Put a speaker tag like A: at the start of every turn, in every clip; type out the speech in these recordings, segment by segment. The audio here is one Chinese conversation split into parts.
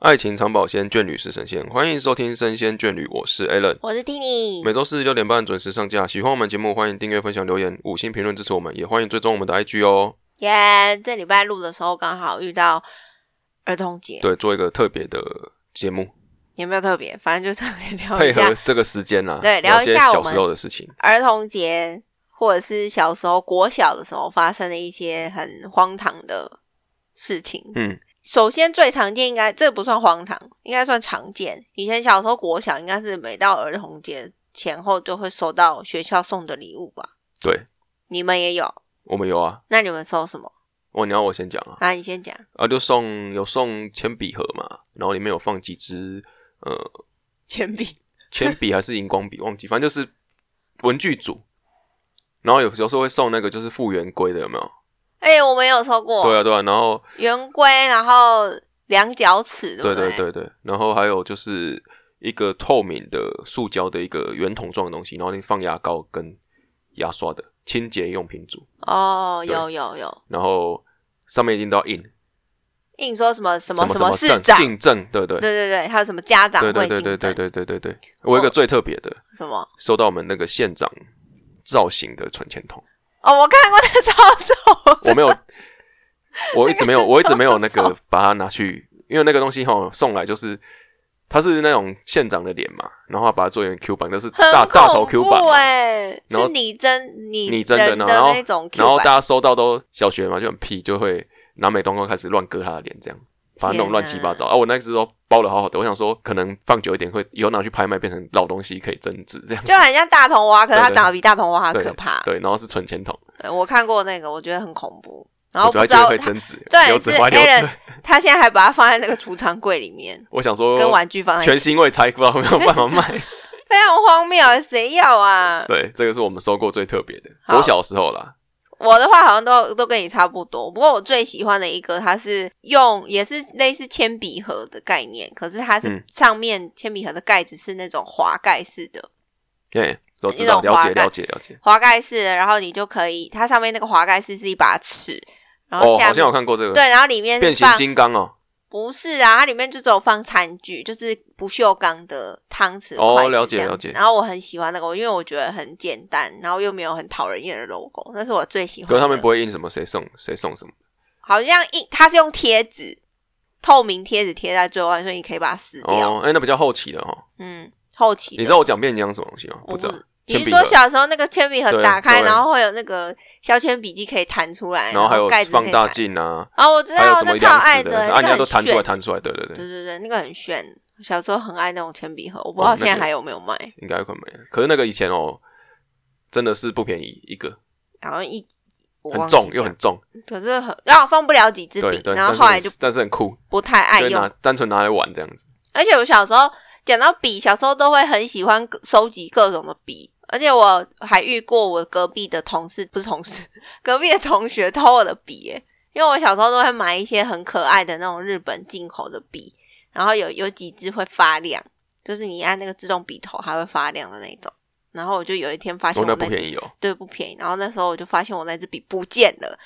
A: 爱情长保鲜，眷侣是神仙。欢迎收听《生鲜眷侣》，我是 Alan。
B: 我是 Tini，
A: 每周四六点半准时上架。喜欢我们节目，欢迎订阅、分享、留言、五星评论支持我们，也欢迎追踪我们的 IG 哦。
B: 耶这礼拜录的时候刚好遇到儿童节，
A: 对，做一个特别的节目，
B: 也没有特别，反正就特别聊
A: 配
B: 一下
A: 合这个时间啦，
B: 对
A: 聊
B: 聊一
A: 些
B: 下我
A: 小
B: 们
A: 时候的事情。
B: 儿童节，或者是小时候国小的时候发生的一些很荒唐的事情。
A: 嗯，
B: 首先最常见应该这不算荒唐，应该算常见。以前小时候国小应该是每到儿童节前后就会收到学校送的礼物吧？
A: 对，
B: 你们也有？
A: 我们有啊。
B: 那你们收什么？
A: 哦，你要我先讲啊？
B: 啊，你先讲。
A: 啊，就送有送铅笔盒嘛，然后里面有放几支呃
B: 铅笔，
A: 铅笔还是荧光笔， 忘记，反正就是文具组。然后有有时候会送那个就是复原龟的，有没有？
B: 哎、我们有收过。
A: 对啊，对啊。然后
B: 圆规，然后量角尺，
A: 对
B: 不对
A: 对对对，然后还有就是一个透明的塑胶的一个圆筒状的东西，然后你放牙膏跟牙刷的清洁用品组，
B: 哦，
A: 对
B: 有有有，
A: 然后上面一定都要印
B: 硬说什么什
A: 什
B: 么什
A: 么
B: 市
A: 证
B: 长，
A: 进证，对对
B: 对对对，还有什么家长
A: 对对
B: 会
A: 对
B: 竞
A: 对
B: 争，
A: 对对对对对。我有一个最特别的，
B: 什么？
A: 收到我们那个县长造型的存钱 筒，
B: 哦，我看过那个超丑，
A: 我没有，我一直没有，我一直没有那个把它拿去，因为那个东西哈送来就是。它是那种县长的脸嘛，然后把它做成 Q 版，但是大
B: 很
A: 大头
B: 恐
A: Q
B: 怖
A: 版嘛，
B: 哎、
A: 然后
B: 是拟真拟
A: 你真的
B: 人
A: 呢？
B: 的
A: 然后
B: 那种 Q
A: 然后大
B: 版，
A: 家收到都小学嘛，就很屁，就会拿美工刀开始乱割他的脸，这样把它弄乱七八糟。啊，我那只都包的好好的，我想说可能放久一点会以后拿去拍卖变成老东西可以增值这样。
B: 就很像大头蛙，可是它
A: 对对
B: 长得比大头蛙还
A: 对
B: 可怕。
A: 对，然后是存钱筒，
B: 呃我看过那个，我觉得很恐怖，然
A: 我
B: 后
A: 觉
B: 不
A: 得还觉得
B: 知道
A: 会
B: 他
A: 增 值，
B: 对
A: 留子
B: 是
A: 还留
B: Alan
A: 子。
B: 他现在还把它放在那个储藏柜里面，
A: 我想说
B: 跟玩具放在一
A: 哦
B: 起
A: 全新未拆，不知道有没有办法 卖。
B: 非常荒谬，谁要啊？
A: 对，这个是我们收过最特别的。
B: 好
A: 我小时候啦，
B: 我的话好像都都跟你差不多，不过我最喜欢的一个，它是用也是类似铅笔盒的概念，可是它
A: 嗯
B: 是上面铅笔盒的盖子是那种滑盖式的，
A: 哎，都知
B: 那
A: 道了解
B: 种滑盖
A: 了解了解。
B: 滑盖式的，然后你就可以，它上面那个滑盖式是一把尺，然后
A: 哦，
B: 下
A: 好
B: 面、
A: 像有看过这个
B: 对，然后里面
A: 变
B: 是
A: 形
B: 放
A: 金刚哦。
B: 不是啊，它里面就只有放餐具，就是不锈钢的汤匙、
A: 哦
B: 筷子
A: 了解
B: 这样
A: 了
B: 子
A: 解
B: 然后我很喜欢那个，因为我觉得很简单，然后又没有很讨人厌的 logo，那是我最喜欢
A: 可
B: 的。
A: 是他们不会印什么谁送谁送什么。
B: 好像一它是用贴纸，透明贴纸贴在最外，所以你可以把它撕掉。
A: 哦，哎、那比较后期的哦。
B: 嗯，后期的
A: 你知道我讲变讲什么东西吗？
B: 我
A: 不知道。
B: 你
A: 铅
B: 是
A: 笔盒
B: 说，小时候那个铅笔盒
A: 对
B: 打开，
A: 对
B: 然后会有那个削铅笔记可以弹出来，
A: 然后还有
B: 盖子可以
A: 放大
B: 弹
A: 镜啊，
B: 啊，我知
A: 还有
B: 道
A: 什么
B: 那超
A: 量
B: 爱
A: 子
B: 的，
A: 啊，
B: 那
A: 人家
B: 个嗯
A: 都
B: 很
A: 弹出来
B: 炫，
A: 弹出来，对对哦
B: 对
A: 对，
B: 对对，那个很炫。小时候很爱那种铅笔盒，我不知道
A: 哦那
B: 现在
A: 个
B: 还有没有卖，
A: 应该快没了。可是那个以前哦，真的是不便宜，一个
B: 好像一我
A: 很
B: 忘记
A: 重又
B: 掉
A: 很重，
B: 可是很然后放不了几支
A: 对
B: 笔，
A: 对，
B: 然后
A: 但是
B: 后来
A: 很
B: 就
A: 但是很酷，
B: 不太爱
A: 就
B: 用
A: 拿单纯拿来玩这样子。
B: 而且我小时候讲到笔，小时候都会很喜欢各收集各种的笔，而且我还遇过我隔壁的同事，不是同事， 隔壁的同学偷我的笔耶，因为我小时候都会买一些很可爱的那种日本进口的笔，然后有有几支会发亮，就是你按那个自动笔头它会发亮的那种。然后我就有一天发现
A: 哦，
B: 我
A: 那
B: 那
A: 不
B: 支
A: 便宜哦，
B: 对，不便宜。然后那时候我就发现我那支笔不见了，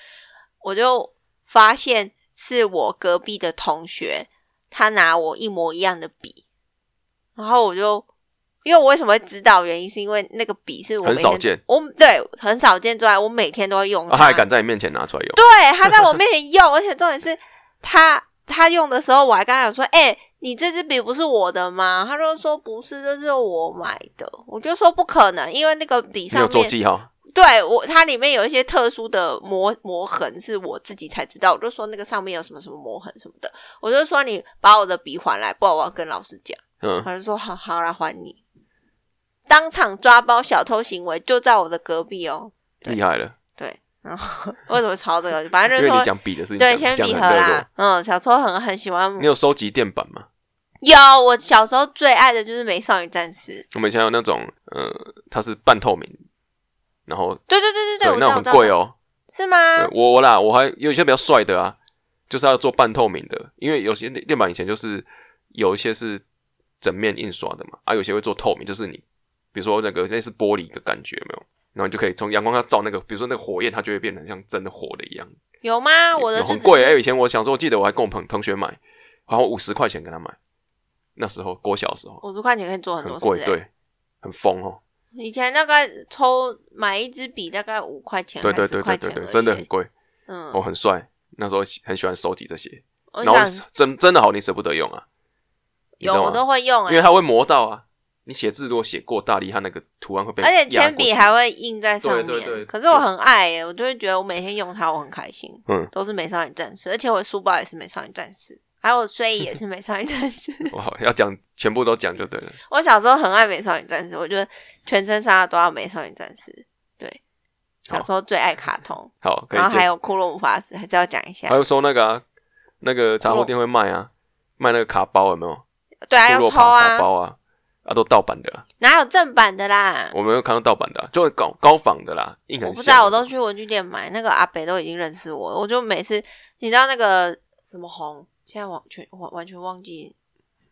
B: 我就发现是我隔壁的同学，他拿我一模一样的笔，然后我就。因为我为什么会知道？原因是因为那个笔是我
A: 很
B: 每
A: 少
B: 天
A: 见，
B: 我对很少见之外，我每天都会用
A: 啊，他还敢在你面前拿出来用，
B: 对，他在我面前用， 而且重点是他他用的时候，我还跟他讲说：“哎、你这支笔不是我的吗？”他就说：“不是，这是我买的。”我就说：“不可能，因为那个笔
A: 你
B: 上
A: 有
B: 面
A: 做记号，
B: 对我，它里面有一些特殊的磨磨痕，是我自己才知道。我就说那个上面有什么什么磨痕什么的，我就说你把我的笔还来，不然我要跟老师讲。
A: 嗯，
B: 他就说好好啦，还你。当场抓包小偷行为就在我的隔壁哦。对
A: 厉害了，
B: 对，然后为什么吵这个？反正
A: 因
B: 就
A: 为
B: 是
A: 你
B: 说
A: 讲笔的事情，
B: 对
A: 讲
B: 铅
A: 讲
B: 笔
A: 得
B: 盒
A: 很热络。
B: 啦，嗯，小时候很很喜欢。
A: 你有收集垫板吗？
B: 有，我小时候最爱的就是《美少女战士
A: 我们以前有那种，呃，它是半透明，然后》。
B: 对对对对
A: 对
B: 我，知
A: 那
B: 道，
A: 种
B: 我
A: 很
B: 知道，
A: 贵哦，
B: 是吗
A: 对？我我啦，我还有一些比较帅的啊，就是要做半透明的，因为有些电电板以前就是有一些是整面印刷的嘛，啊，有些会做透明，就是你比如说那个类似玻璃的感觉有没有，然后你就可以从阳光下照那个，比如说那个火焰，它就会变成像真的火的一样。
B: 有吗？我的
A: 有
B: 就
A: 很
B: 只
A: 贵哎、
B: 是
A: 以前我小时候我记得我还跟我朋同学买，然后五十块钱给他买。那时候国小的时候
B: 五十块钱可以做很
A: 很
B: 多
A: 贵
B: 事、，欸。
A: 对，很疯哦，
B: 以前大概抽买一支笔大概五块钱，
A: 对对
B: 10
A: 对
B: 块
A: 对
B: 钱
A: 对
B: 而已
A: 对，真的很贵。哦
B: 嗯，
A: 我很帅，那时候很喜欢收集这些，
B: 我
A: 然后
B: 想
A: 真真的好，你舍不得用啊，你知
B: 有
A: 道
B: 我
A: 吗？
B: 都会用
A: 因
B: 哎、
A: 为它会磨到啊，你写字如果写过大力，它那个图案会被
B: 而且
A: 压
B: 铅
A: 过
B: 笔
A: 去
B: 还会印在上面。
A: 对对对
B: 可是我很爱哎、我就会觉得我每天用它，我很开心。
A: 嗯
B: 都是美少女战士，而且我的书包也是美少女战士，还有我睡衣也是美少女战士。
A: 我好要讲全部都讲就对了。
B: 我小时候很爱美少女战士，我觉得全身上下都要美少女战士。对，
A: 好
B: 小时候最爱卡通，
A: 好，可以
B: 然后
A: 接
B: 还
A: 受
B: 有骷髅魔法师，还是要讲一下
A: 还。有收那个啊，那个杂货店会卖啊，卖那个卡包有没有？
B: 对啊，要
A: 骷髅
B: 抽
A: 卡卡
B: 啊，
A: 包啊，啊都盗版的啊、
B: 哪有正版的啦？
A: 我没有看到盗版的啊、就高高仿的啦，硬
B: 我
A: 很像。啊
B: 不知道，我都去文具店买，那个阿北都已经认识我，我就每次你知道那个什么红，现在完全完完全忘记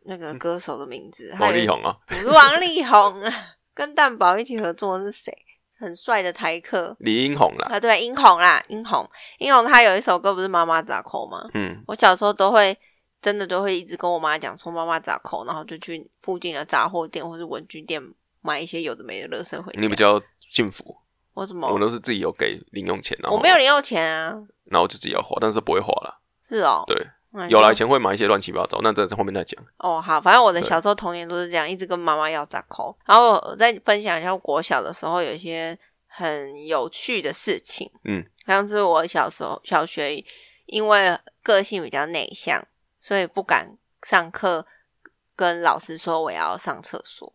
B: 那个歌手的名字，还
A: 嗯王
B: 有一
A: 力宏啊，
B: 不是 王力宏啊，跟蛋宝一起合作的是谁？很帅的台客
A: 李英宏啦，
B: 啊，对，殷红啦，殷红，殷红他有一首歌不是《妈妈咋扣》吗？
A: 嗯，
B: 我小时候都会真的都会一直跟我妈讲说妈妈咋扣，然后就去附近的杂货店或是文具店买一些有的没的乐色回家。
A: 你比较幸福，
B: 我什么
A: 我？都是自己有给零用钱，然后
B: 我没有，零用钱啊，
A: 然后就自己要花，但是不会花啦。
B: 是哦，
A: 对，
B: 那你
A: 有啦，以
B: 就
A: 前会买一些乱七八糟，那这后面再讲。
B: 哦，好，反正我的
A: 对
B: 小时候童年都是这样，一直跟妈妈要杂扣。然后我再分享一下我国小的时候有一些很有趣的事情，
A: 嗯，
B: 像是我小时候小学因为个性比较内向，所以不敢上课跟老师说我要上厕所。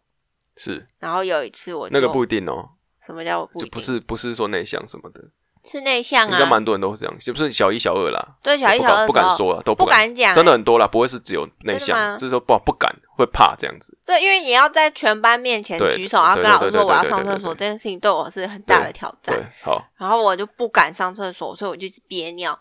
A: 是
B: 然后有一次我就
A: 那个不一定哦，
B: 什么叫我不一
A: 就
B: 定
A: 不是不是说内向什么的，
B: 是内向
A: 应该
B: 啊，
A: 蛮多人都是这样，就不是小一小二啦，
B: 对小一
A: 不
B: 小
A: 敢
B: 二的
A: 不
B: 时
A: 敢
B: 候
A: 说了，都
B: 不
A: 敢
B: 敢讲欸、
A: 真的很多啦，不会是只有内
B: 真的吗
A: 向，是说不不敢会怕这样子。
B: 对，因为你要在全班面前
A: 对
B: 举手，然后跟
A: 对对
B: 老师
A: 对
B: 说我要
A: 对对
B: 上
A: 对
B: 厕
A: 对
B: 所，
A: 对
B: 这件事情对我是很大的挑战。
A: 对，好，
B: 然后我就不敢上厕所，所以我就一直憋尿，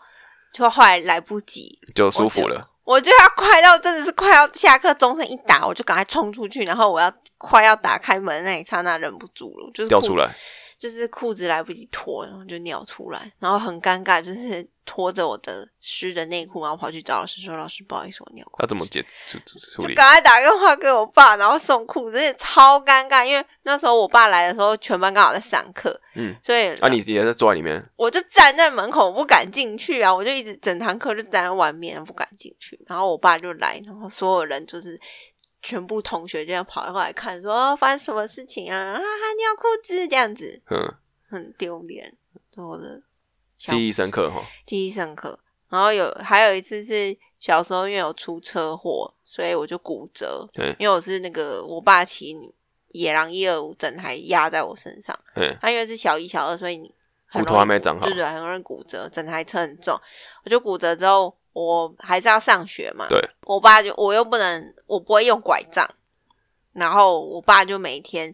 B: 就后来来不及，
A: 就舒服了。
B: 我就要快到真的是快要下课钟声一打，我就赶快冲出去，然后我要快要打开门那一刹那忍不住了，就是
A: 掉
B: 裤
A: 出，来，
B: 就是裤子来不及脱，然后就尿出来，然后很尴尬，就是拖着我的湿的内裤，然后跑去找老师说：“老师，不好意思，我尿裤。”
A: 要怎么解处处处
B: 就
A: 理？
B: 赶快打电话给我爸，然后送裤子，真的超尴尬，因为那时候我爸来的时候，全班刚好在上课，
A: 嗯，
B: 所以
A: 啊，你也在坐在里面，
B: 我就站在门口，我不敢进去啊！我就一直整堂课就站在外面，不敢进去。然后我爸就来，然后所有人就是全部同学就要跑过来看，说、哦、发生什么事情啊？啊，尿裤子这样子，
A: 嗯，
B: 很丢脸，所以我的小
A: 记忆深刻哈。
B: 记忆深刻。然后有还有一次是小时候因为有出车祸，所以我就骨折，
A: 嗯
B: 因为我是那个我爸骑野狼一二五整台压在我身上。
A: 嗯，
B: 他因为是小一、小二，所以你很
A: 骨头
B: 容易
A: 还没长好
B: 对对，很容易骨折，整台车很重。我就骨折之后，我还是要上学嘛。
A: 对，
B: 我爸就我又不能，我不会用拐杖，然后我爸就每天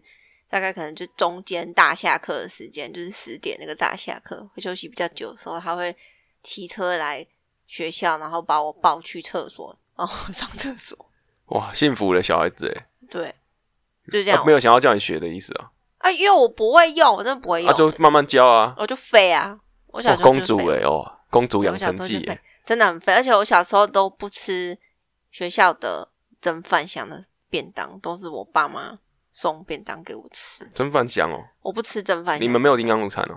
B: 大概可能就中间大下课的时间，就是十点那个大下课会休息比较久的时候，他会骑车来学校，然后把我抱去厕所，然后我上厕所。
A: 哇，幸福的小孩子哎，
B: 对，就这
A: 啊
B: 样
A: 没。有想要叫你学的意思啊，
B: 啊，因为我不会用，我真的不会用
A: 啊，，就慢慢教啊。
B: 我就飞啊！我小
A: 哇
B: 时候
A: 公
B: 就是
A: 主哎
B: 废
A: 哦，公主
B: 对
A: 养
B: 我小
A: 成
B: 时候
A: 记
B: 就
A: 哎
B: 废，，真的很肥。而且我小时候都不吃学校的蒸饭箱的便当，都是我爸妈送便当给我吃。
A: 真饭香哦。
B: 我不吃蒸饭箱，
A: 你们没有营养午餐哦？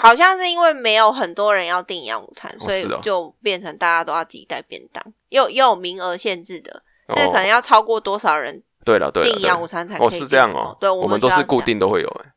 B: 好像是因为没有很多人要订营养午餐，所以
A: 是哦
B: 就变成大家都要自己带便当，又又有名额限制的，是
A: 哦
B: 可能要超过多少人
A: 对了对
B: 订
A: 了
B: 营
A: 对
B: 养午
A: 了，
B: 餐才可以
A: 哦是
B: 订什么。
A: 这样哦。
B: 对，我
A: 们
B: 们
A: 都
B: 学校
A: 是固
B: 这样，
A: 定都会有哎，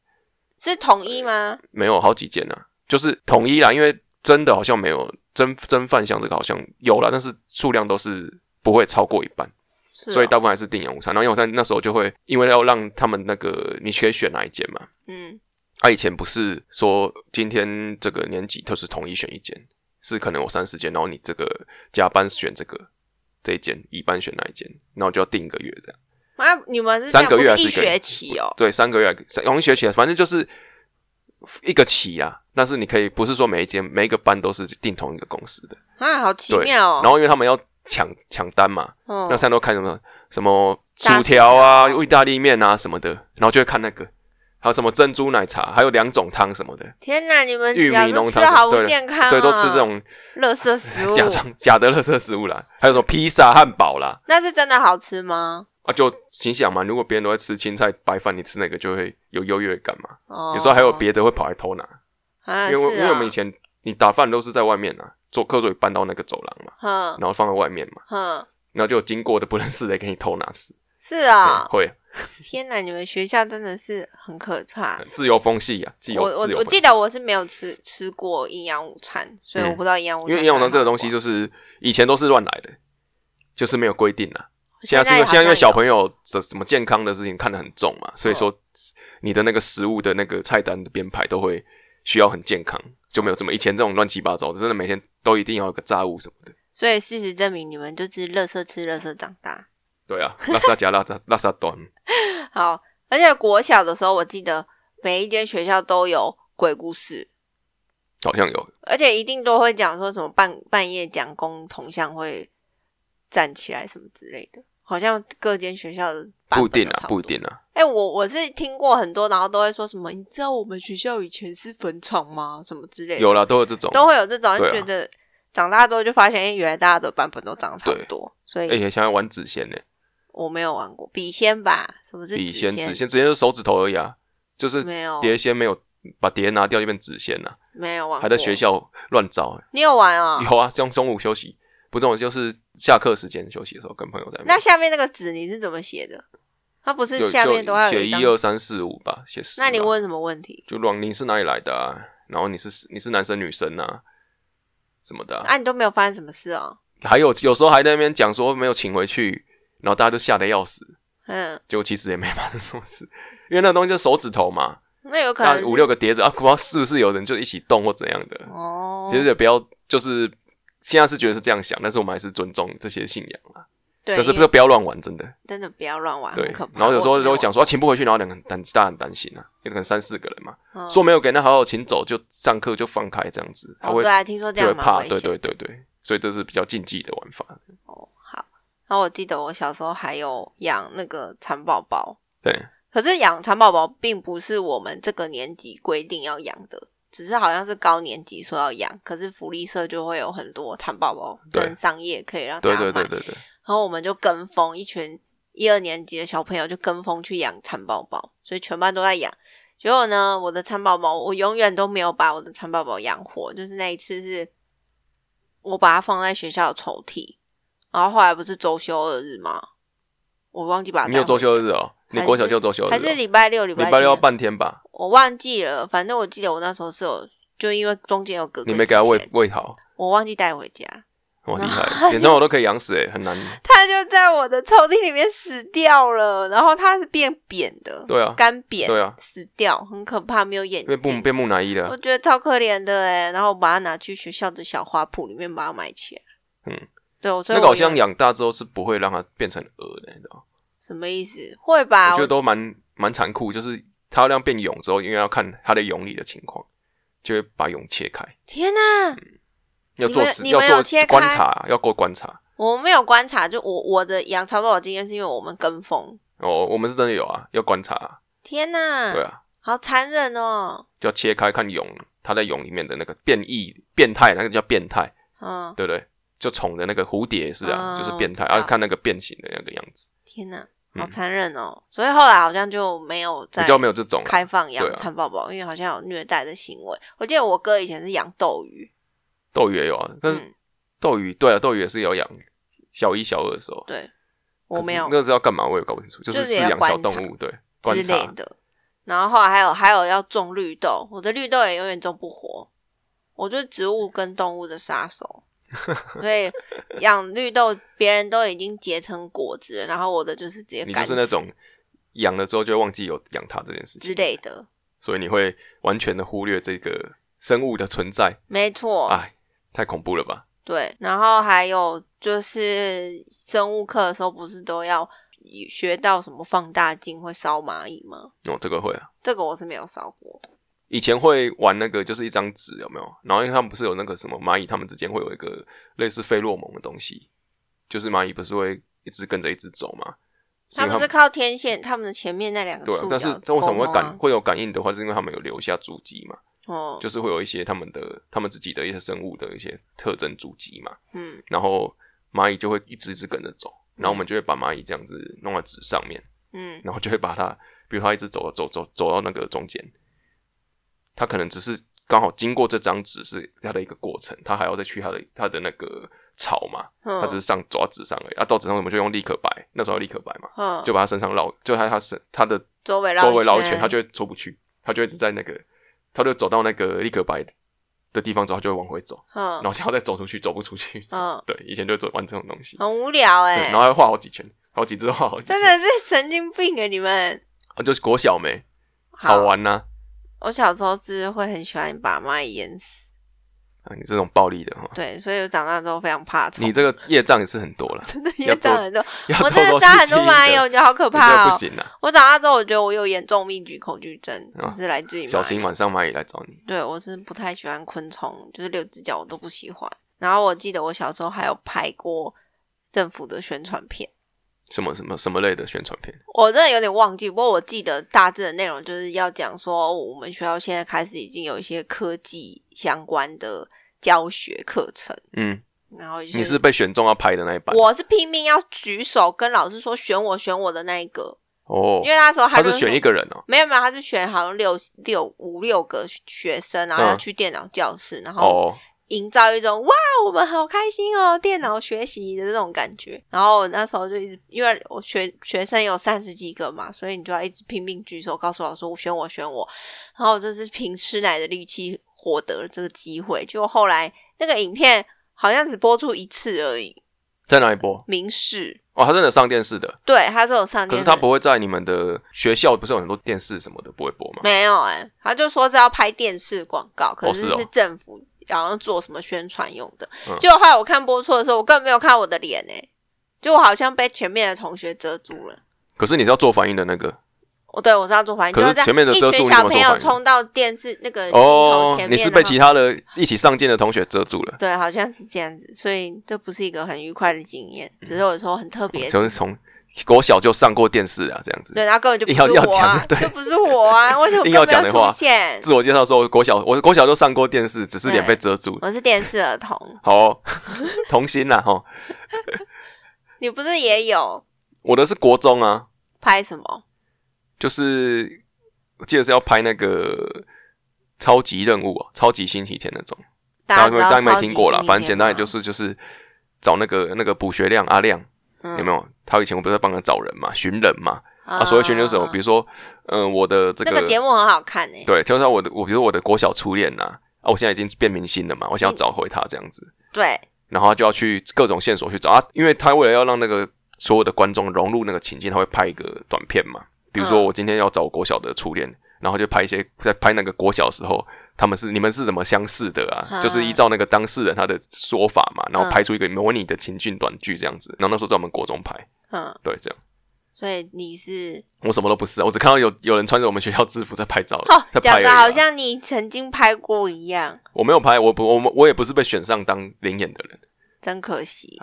B: 是统一吗？
A: 没有好几间啊，就是统一啦，因为真的好像没有真真饭香这个好像有啦，但是数量都是不会超过一半。
B: 是哦、
A: 所以大部分还是订养午餐。然后营养午餐那时候就会，因为要让他们那个你学选哪一间嘛，
B: 嗯，
A: 啊，以前不是说今天这个年级就是统一选一间，是可能我三十间，然后你这个甲班选这个这一间，乙班选哪一间，然后就要定一个月这样，
B: 啊，你们是这
A: 三
B: 样
A: 个月
B: 不
A: 还
B: 是
A: 是
B: 一
A: 一个月
B: 学期哦？
A: 对，三个月三同一学期，反正就是一个期啊。但是你可以不是说每一间每一个班都是定同一个公司的，
B: 啊，好奇
A: 对。
B: 妙哦。
A: 然后因为他们要抢抢单嘛，
B: 嗯
A: 那餐都看什么什么
B: 大
A: 薯条啊、
B: 薯条
A: 意大利面啊什么的，然后就会看那个，还有什么珍珠奶茶，还有两种汤什么的，
B: 天哪，你们
A: 玉
B: 小
A: 米
B: 时
A: 浓
B: 候啊吃
A: 汤什
B: 的好
A: 么，
B: 不
A: 对
B: 健康、哦，
A: 对，都吃这种
B: 垃圾 食
A: 假
B: 物，
A: 装假的垃圾食物啦，还有什么披萨、汉堡啦，
B: 那是真的好吃吗？
A: 啊，就心想嘛，如果别人都在吃青菜白饭，你吃那个就会有优越感嘛。
B: 哦，
A: 有时候还有别的会跑来偷拿，
B: 啊，
A: 因为我
B: 是
A: 因为我们
B: 哦
A: 以前你打饭都是在外面啊，做课桌椅搬到那个走廊嘛，
B: 哼
A: 然后放在外面嘛，
B: 哼，
A: 然后就有经过的不认识的给你偷拿吃，
B: 是啊、
A: 对会
B: 天哪，你们学校真的是很可怕。
A: 自由风气啊，自由
B: 我我
A: 自由
B: 我
A: 风气。
B: 记得我是没有吃吃过营养午餐，所以我
A: 嗯
B: 不知道营养午餐、
A: 因为营养午餐这个东西，就是以前都是乱来的，就是没有规定啊。现在是因为现在因为小
B: 友
A: 朋友的什么健康的事情看得很重
B: 哦
A: 嘛，所以说你的那个食物的那个菜单的编排都会需要很健康，就没有这么以前这种乱七八糟的，真的每天都一定要有个炸物什么的。
B: 所以事实证明你们就是乐色吃乐色长大。
A: 对啊，拉萨加拉萨拉萨短，
B: 好，而且国小的时候，我记得每一间学校都有鬼故事，
A: 好像有
B: 而且一定都会讲说什么半半夜讲公同乡会站起来什么之类的，好像各间学校的版本
A: 不一定
B: 都差
A: 啊，
B: 不
A: 不
B: 多
A: 一。定啊，
B: 哎、我我是听过很多，然后都会说什么，你知道我们学校以前是坟场吗？什么之类的，
A: 有啦，都有这种。
B: 都会有这种，就
A: 对啊
B: 觉得长大之后就发现，哎、原来大家的版本都长得差不
A: 对
B: 多，所
A: 哎，
B: 以
A: 也想要玩纸仙呢，
B: 我没有玩过笔仙吧？什么是
A: 笔
B: 仙？
A: 仙纸仙纸仙就是手指头而已啊，就是
B: 没有
A: 碟仙没有把碟拿掉就变纸仙了，
B: 没有玩，
A: 还在学，校乱找。
B: 你有玩啊、
A: 有啊，中中午休息，不中午就是下课时间休息的时候跟朋友在那边
B: 那下面那个纸你是怎么写的？它不
A: 就是
B: 下面
A: 就
B: 都要有
A: 写
B: 一
A: 一
B: 张？
A: 二三四五吧，写十吧。啊
B: 那你问什么问题？
A: 就乱，你是哪里来的啊？然后你是你是男生女生啊？什么的啊、
B: 啊，你都没有发生什么事哦。
A: 还有有时候还在那边讲说没有请回去，然后大家就吓得要死，
B: 嗯，
A: 结果其实也没发生什么事，因为那东西就是手指头嘛，
B: 那有可
A: 大概
B: 能是
A: 五六个碟子啊，不知道是不是有人就一起动或怎样的。
B: 哦，
A: 其实也不要，就是现在是觉得是这样想，但是我们还是尊重这些信仰啦。
B: 对，
A: 但是
B: 因
A: 不
B: 为
A: 是不要乱玩，真的。
B: 真的不要乱玩，
A: 对
B: 很可，怕。
A: 然后有时
B: 我
A: 候
B: 也没
A: 都
B: 有
A: 想说、啊、请不回去，然后两个人担大家很担心啊，有可能三四个人嘛，
B: 玩，
A: 说
B: 嗯
A: 没有给那好好请走，就上课就放开这样子，他
B: 哦，
A: 会
B: 对啊，听说这
A: 就会
B: 样蛮
A: 怕，
B: 危
A: 对
B: 险。
A: 对对对，所以这是比较禁忌的玩法，
B: 哦，好。然后我记得我小时候还有养那个蚕宝宝，
A: 对，
B: 可是养蚕宝宝并不是我们这个年级规定要养的，只是好像是高年级说要养，可是福利社就会有很多蚕宝宝
A: 对
B: 跟商业可以让大
A: 对
B: 家
A: 对
B: 买
A: 对，对对，
B: 然后我们就跟风，一群一二年级的小朋友就跟风去养蚕宝宝，所以全班都在养。结果呢，我的蚕宝宝，我永远都没有把我的蚕宝宝养活，就是那一次是我把它放在学校的抽屉，然后后来不是周休二日吗？我忘记把它
A: 你有
B: 带回
A: 周
B: 家
A: 休日哦，你国小就有周休日哦，
B: 还是礼拜六、礼
A: 礼拜六要
B: 天
A: 半天吧，
B: 我忘记了，反正我记得我那时候是有，就因为中间有隔个
A: 你没给
B: 几
A: 他喂
B: 天，
A: 喂好，
B: 我忘记带回家，
A: 哇厉
B: 然后
A: 害，连中我都可以养死诶，很 难，
B: 它就在我的抽屉里面死掉了，然后它是变扁的，
A: 对啊
B: 干扁，
A: 对啊
B: 死掉，很可怕，没有眼
A: 因为木
B: 睛，
A: 变木乃伊
B: 我
A: 了，啊
B: 觉得超可怜的哎。然后我把它拿去学校的小花圃里面把它埋起来。
A: 嗯，
B: 对，我所以
A: 那个
B: 我
A: 好像
B: 有
A: 养大之后是不会让它变成鹅的，你知道吗？
B: 什么意思？会吧？
A: 我觉得都蛮蛮残酷，就是它要量变蛹之后，因为要看它的蛹里的情况，就会把蛹切开，
B: 天哪、
A: 嗯要做实
B: 你
A: 要
B: 们有切
A: 做
B: 开
A: 观察，要过观察。
B: 我没有观察，就我我的养蚕宝宝经验是因为我们跟风。
A: 哦，我们是真的有啊，要观察啊，
B: 天哪、
A: 对啊，
B: 好残忍哦。
A: 就要切开看蛹，它在蛹里面的那个变异、变态，那个叫变态，
B: 嗯，
A: 对不对？就宠的那个蝴蝶也是啊，
B: 嗯
A: 就是变态，
B: 我知道
A: 啊，看那个变形的那个样子，
B: 天哪、
A: 嗯
B: 好残忍哦。所以后来好像就没有
A: 比
B: 再
A: 较没有这种啊、
B: 开放
A: 对
B: 养
A: 啊
B: 蚕宝宝，因为好像有虐待的行为。我记得我哥以前是养斗鱼，
A: 斗鱼也有啊，但是
B: 嗯，
A: 斗鱼对啊，斗鱼也是有养小一、小二的时候，
B: 对，
A: 可
B: 我
A: 是
B: 没有
A: 那个是要干嘛？我也搞不清楚，就
B: 就是是要
A: 饲养
B: 观
A: 小动
B: 察
A: 物，对，观
B: 之类
A: 察
B: 的。然后后来还有还有要种绿豆，我的绿豆也永远种不活，我就是植物跟动物的杀 手。所以养绿豆，别人都已经结成果子了，然后我的就是直接
A: 你就
B: 干
A: 是那
B: 死
A: 种养了之后就会忘记有养它这件事
B: 之
A: 情，
B: 类的，
A: 所以你会完全的忽略这个生物的存在。
B: 没错。
A: 哎，太恐怖了吧？
B: 对，然后还有就是生物课的时候，不是都要学到什么放大镜会烧蚂蚁吗？
A: 哦，这个会啊。
B: 这个我是没有烧过。
A: 以前会玩那个，就是一张纸，有没有？然后因为他们不是有那个什么蚂蚁，他们之间会有一个类似费洛蒙的东西，就是蚂蚁不是会一只跟着一只走嘛？是
B: 他
A: 因为
B: 们是靠天线，他们的前面那两个
A: 对啊
B: 触，角
A: 但是它为什么会
B: 够
A: 感
B: 吗
A: 会有感应的话，就是因为他们有留下足迹嘛，
B: 哦，
A: 就是会有一些他们的他们自己的一些生物的一些特征足迹嘛，
B: 嗯
A: 然后蚂蚁就会一只一只跟着走，然后我们就会把蚂蚁这样子弄在纸上面，
B: 嗯
A: 然后就会把它，比如它一直走走走走到那个中间，它可能只是刚好经过这张纸是它的一个过程，它还要再去它的它的那个草嘛，它只是
B: 嗯
A: 上走到纸上而已，啊，到纸上我们就用立可白，那时候立可白嘛，
B: 嗯，
A: 就把它身上绕，就它它身它的
B: 周围
A: 周围绕一圈，
B: 圈，
A: 它就会出不去，它就一直在那个，它就走到那个立可白的地方之后，它就会往回走，
B: 嗯
A: 然后想要再走出去，走不出去，
B: 嗯，
A: 对，以前就走玩这种东西，
B: 很无聊
A: 对，
B: 哎、
A: 然后还画好几圈，好几只画好几，
B: 真的是 神经病哎、你们
A: 啊，就是国小没好。啊玩呐、
B: 我小时候就是会很喜欢把蚂蚁淹死，
A: 啊，你这种暴力的哈，
B: 对，所以我长大之后非常怕虫。
A: 你这个业障也是很多 了，
B: 真的
A: 要多
B: 也长很多，
A: 要
B: 我
A: 多
B: 真的
A: 多
B: 杀
A: 去
B: 很多
A: 听
B: 蚂蚁，
A: 的
B: 我觉得好可
A: 你这
B: 怕
A: 个
B: 哦、
A: 不行啊，
B: 我长大之后，我觉得我有严重密集恐惧症，
A: 啊
B: 是来自于
A: 小
B: 蚂蚁
A: 心晚上蚂蚁来找你。
B: 对我是不太喜欢昆虫，就是六只脚我都不喜欢。然后我记得我小时候还有拍过政府的宣传片，
A: 什么什么什么类的宣传片？
B: 我真的有点忘记，不过我记得大致的内容就是要讲说，我们学校现在开始已经有一些科技相关的教学课程，
A: 嗯，
B: 然后就
A: 你是被选中要拍的那一版。
B: 我是拼命要举手跟老师说选我选我的那一个，
A: 哦
B: 因，为那时候
A: 他
B: 就是说
A: 选一个人哦。
B: 没有没有，他是选好像六六五六个学生，然后要去电脑教室，然
A: 嗯
B: 后
A: 哦，
B: 营造一种哇，我们好开心哦，电脑学习的这种感觉。然后我那时候就一直，因为我学学生有三十几个嘛，所以你就要一直拼命举手，告诉老师我选我选我。然后我就是凭吃奶的力气获得了这个机会。就后来那个影片好像只播出一次而已，
A: 在哪里播？
B: 明示
A: 哦，他真的上电视的，
B: 对，他是有上
A: 可
B: 电
A: 是
B: 视，
A: 他不会在你们的学校，不是有很多电视什么的不会播吗？
B: 没有哎、他就说是要拍电视广告，可
A: 哦
B: 是
A: 是哦
B: 是政府然后做什么宣传用的。
A: 嗯
B: 结果后来我看播出的时候，我根本没有看我的脸哎、就我好像被前面的同学遮住了。
A: 可是你是要做反应的那个
B: 哦，对，我是要做反应，
A: 可是
B: 就在
A: 前面的遮
B: 一
A: 住
B: 群
A: 你怎
B: 小
A: 么
B: 朋
A: 做
B: 友
A: 反应
B: 冲到电视那个呃镜头
A: 哦
B: 前面，，
A: 你是被
B: 然后
A: 其他的一起上镜的同学遮住了，
B: 对，好像是这样子，所以这不是一个很愉快的经验，
A: 嗯
B: 只是我说很特别。
A: 就是从国小就上过电视啊，这样子。
B: 对，然后根本就不
A: 硬要
B: 是我
A: 要讲
B: 啊
A: 的，对
B: 就不是我啊，为什么
A: 硬
B: 根
A: 要
B: 本
A: 讲
B: 没
A: 的
B: 有
A: 话
B: 出现？
A: 自我介绍说，国小我国小就上过电视，只是脸被遮住。
B: 我是电视儿童，
A: 好哦， 童心啦哈，
B: 你不是也有
A: 我的是国中啊，
B: 拍什么？
A: 就是我记得是要拍那个超级任务哦，超级星期天那种，
B: 大
A: 家
B: 家知
A: 没
B: 道
A: 大家没
B: 超级
A: 听过啦
B: 星，期
A: 反正简
B: 天
A: 单也
B: 吗
A: 就是就是找那个那个补学亮阿亮
B: 嗯
A: 有没有？他以前我不是在帮他找人嘛，寻人嘛，
B: 啊
A: 啊，所谓寻人是什么？比如说，嗯，我的这
B: 那个节目很好看诶、
A: 对，就是我的我比如我的国小初恋呐，啊，我现在已经变明星了嘛，我想要
B: 嗯
A: 找回他这样子，
B: 对，
A: 然后他就要去各种线索去找啊，因为他为了要让那个所有的观众融入那个情境，他会拍一个短片嘛。比如说
B: 嗯
A: 我今天要找我国小的初恋，然后就拍一些在拍那个国小的时候，他们是你们是怎么相似的啊？
B: 嗯
A: 就是依照那个当事人他的说法嘛，然后
B: 嗯
A: 拍出一个模拟的情境短剧这样子。然后那时候在我们国中拍，
B: 嗯，
A: 对，这样
B: 所以 你是
A: 我什么都不是啊，我只看到有有人穿着我们学校制服在拍照，
B: 哦
A: 在，拍
B: 讲
A: 而已
B: 的
A: 啊、
B: 好像你曾经拍过一样，
A: 我没有拍，我不我我也不是被选上当领演的人，
B: 真可惜。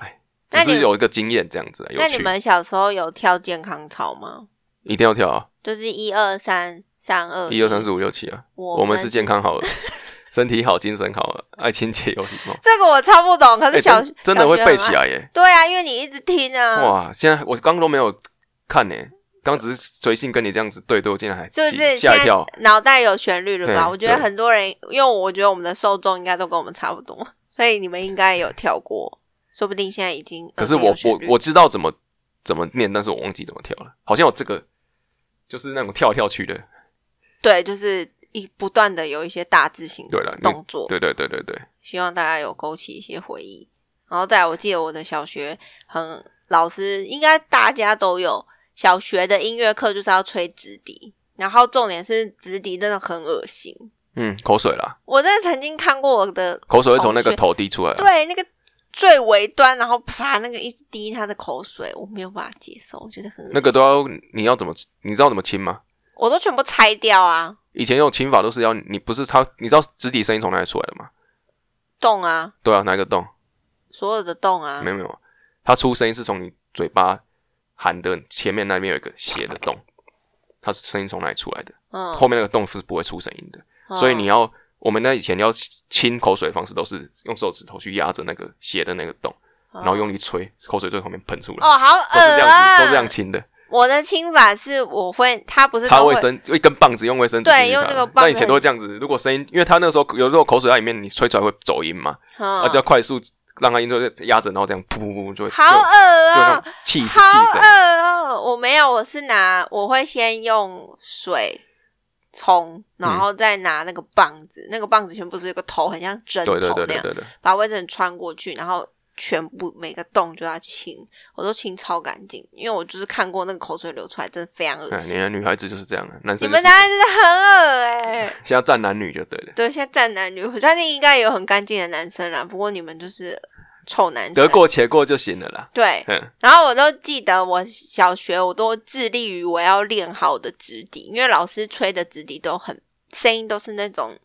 A: 只
B: 那你
A: 是有一个经验这样子啊，有
B: 那你
A: 趣。
B: 们小时候有跳健康操吗？
A: 一定要跳啊！
B: 就是一二三三二
A: 一二三，四五六七啊！
B: 我
A: 我们是健。康好的， 身体好，精神好，爱亲切有礼貌。
B: 这个我超不懂，可
A: 哎、
B: 是小、
A: 真真的会背起
B: 小学很爱。
A: 来耶！
B: 对啊，因为你一直听啊，
A: 哇，现在我刚刚都没有看呢，刚只是随性跟你这样子对对，我竟然还
B: 是不
A: 吓
B: 是？
A: 吓一
B: 现
A: 跳
B: 在。嗯脑袋有旋律了吧？
A: 嗯
B: 我觉得
A: 对
B: 很多人，因为我觉得我们的受众应该都跟我们差不多， 所以你们应该有跳过，说不定现在已经
A: 可是
B: 耳边
A: 我
B: 有旋
A: 我
B: 律
A: 我知道怎么怎么念，但是我忘记怎么跳了。好像有这个，就是那种跳来跳去的。
B: 对，就是一不断的有一些大字型
A: 对了
B: 的动作，
A: 对对对对对，
B: 希望大家有勾起一些回忆。然后再来，我记得我的小学很老师，应该大家都有小学的音乐课就是要吹直笛，然后重点是直笛真的很恶心，
A: 嗯，口水啦，
B: 我真的曾经看过我的
A: 口水会从那个
B: 口水
A: 头滴出来啊。
B: 对那个最尾端，然后啪那个一直滴他的口水，我没有办法接受，我觉得很恶
A: 那个
B: 心
A: 都要你要怎么，你知道怎么亲吗？
B: 我都全部拆掉啊，
A: 以前用亲法都是要你不是它，你知道直底声音从哪里出来的吗？
B: 洞啊，
A: 对啊，哪一个洞？
B: 所有的洞啊
A: 没，有没有，它出声音是从你嘴巴含的前面那边有一个斜的洞，它是声音从哪里出来的？
B: 嗯，
A: 后面那个洞是不会出声音的，所以你要我们那以前要清口水的方式都是用手指头去压着那个斜的那个洞，
B: 嗯，
A: 然后用力吹，口水就从旁边喷出来，
B: 哦，好
A: 都
B: 恶
A: 是这样
B: 啊，
A: 子，都是这样。清的。
B: 我的清法是我会，它不是
A: 擦
B: 都
A: 卫
B: 会
A: 生，一根棒子用卫生纸
B: 对
A: 进去
B: 用
A: 擦
B: 那个棒
A: 但以
B: 子
A: 前
B: 很
A: 都会这样子，如果声音，因为它那时候有时候口水在里面，你吹出来会走音嘛，啊
B: 嗯
A: 就要快速让它音就压着，然后这样噗噗噗就会
B: 好
A: 就
B: 恶
A: 就那
B: 啊
A: 种，气气
B: 好
A: 声
B: 恶。啊！我没有，我是拿我会先用水冲，然
A: 嗯
B: 后再拿那个棒子，那个棒子全部是一个头，很像针头
A: 对
B: 那
A: 对
B: 样，
A: 对对对对，
B: 把卫生纸穿过去，然后全部每个洞就要清，我都清超干净，因为我就是看过那个口水流出来，真的非常恶
A: 哎，你
B: 心。
A: 的女孩子就是这样啊，男
B: 你
A: 生就
B: 们
A: 是
B: 男孩真的很恶哎、
A: 现在站男女就对了。
B: 对，现在站男女，我相信应该有很干净的男生啦。不过你们就是臭男生。
A: 得过且过就行了啦。
B: 对，
A: 嗯，
B: 然后我都记得我小学我都致力于我要练好我的直笛，因为老师吹的直笛都很声音都是那种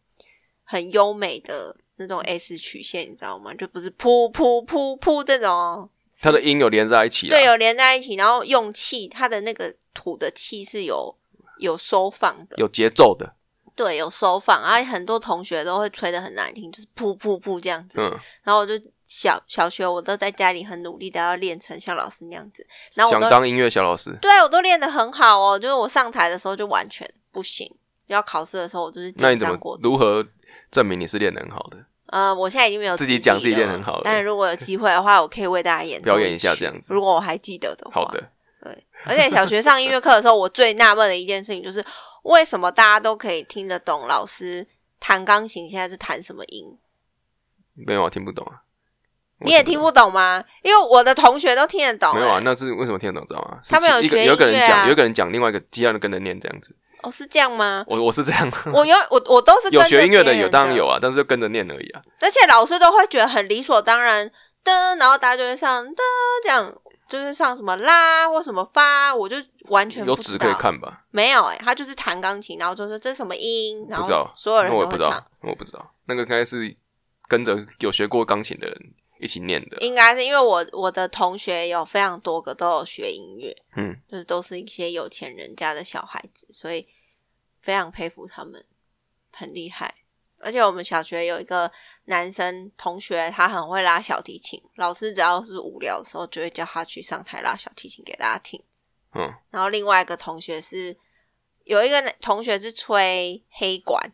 B: 很优美的那种 S 曲线，你知道吗？就不是噗噗噗噗这种哦，
A: 它的音有连在一起啦。
B: 对，有连在一起，然后用气，它的那个吐的气是有有收放的，
A: 有节奏的。
B: 对，有收放。而且很多同学都会吹的很难听，就是噗噗噗这样子。
A: 嗯，
B: 然后我就小小学我都在家里很努力的要练成像老师那样子，然后我
A: 想
B: 都
A: 当音乐小老师，
B: 对我都练得很好哦，就是我上台的时候就完全不行，要考试的时候我就是
A: 那你怎
B: 紧张
A: 么
B: 过度。
A: 如何证明你是练得很好的？
B: 呃，我现在已经没有
A: 自己讲自己练
B: 了
A: 很好了
B: 但如果有机会的话，我可以为大家演奏
A: 表演一下
B: 曲
A: 这样子
B: 如果我还记得的话，
A: 好。的，
B: 对， 而且小学上音乐课的时候，我最纳闷的一件事情就是，为什么大家都可以听得懂老师弹钢琴现在是弹什么音？
A: 没有啊，听不懂啊。我
B: 你也听不懂吗？因为我的同学都听得懂、
A: 懂没有啊？
B: 欸
A: 那是为什么听得懂知道吗？是
B: 他们有
A: 一个
B: 学
A: 有一个人
B: 音乐啊
A: 讲，有一个人讲，另外一个其他人跟着念这样子。
B: 哦，是这样吗？
A: 我我是这样，
B: 我有我我都是
A: 嗯有
B: 跟着
A: 学音乐的
B: 别人
A: 有当然有啊，但是就跟着念而已啊。
B: 而且老师都会觉得很理所当然，噔，然后大家就会上噔，这样就是上什么啦或什么发，我就完全
A: 有
B: 不知
A: 纸
B: 道
A: 可以看吧？
B: 没有哎、他就是弹钢琴，然后就说这是什么音，然
A: 不
B: 后
A: 知道，
B: 所有人
A: 那我
B: 都
A: 也不
B: 会
A: 知
B: 唱，
A: 道，我不知道。那个应该是跟着有学过钢琴的人一起念的。
B: 应该是因为我我的同学有非常多个都有学音乐，
A: 嗯，
B: 就是都是一些有钱人家的小孩子，所以非常佩服他们，很厉害。而且我们小学有一个男生同学，他很会拉小提琴，老师只要是无聊的时候，就会叫他去上台拉小提琴给大家听。
A: 嗯，
B: 然后另外一个同学是有一个男同学是吹黑管，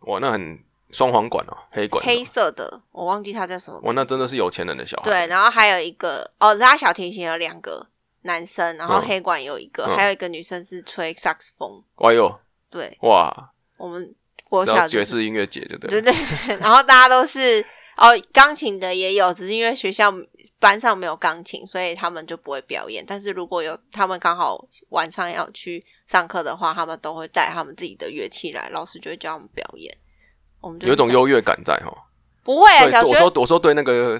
A: 哇，那很双簧管哦，黑管。
B: 黑色的，我忘记他叫什么
A: 哇，那真的是有钱人的小孩。
B: 对，然后还有一个哦，拉小提琴有两个男生，然后
A: 嗯
B: 黑管有一个，
A: 嗯
B: 还有一个女生是吹萨克斯风。
A: 哎呦，
B: 对
A: 哇，
B: 我们国
A: 只
B: 小
A: 要
B: 就
A: 爵
B: 是
A: 士音乐节就对
B: 对
A: 了。
B: 对，对然后大家都是哦，钢琴的也有，只是因为学校班上没有钢琴，所以他们就不会表演。但是如果有他们刚好晚上要去上课的话，他们都会带他们自己的乐器来，老师就会教他们表演。我们就
A: 有一种
B: 想
A: 优越感在哈。
B: 不会啊，
A: 对，
B: 小
A: 我
B: 学
A: 说我说对那个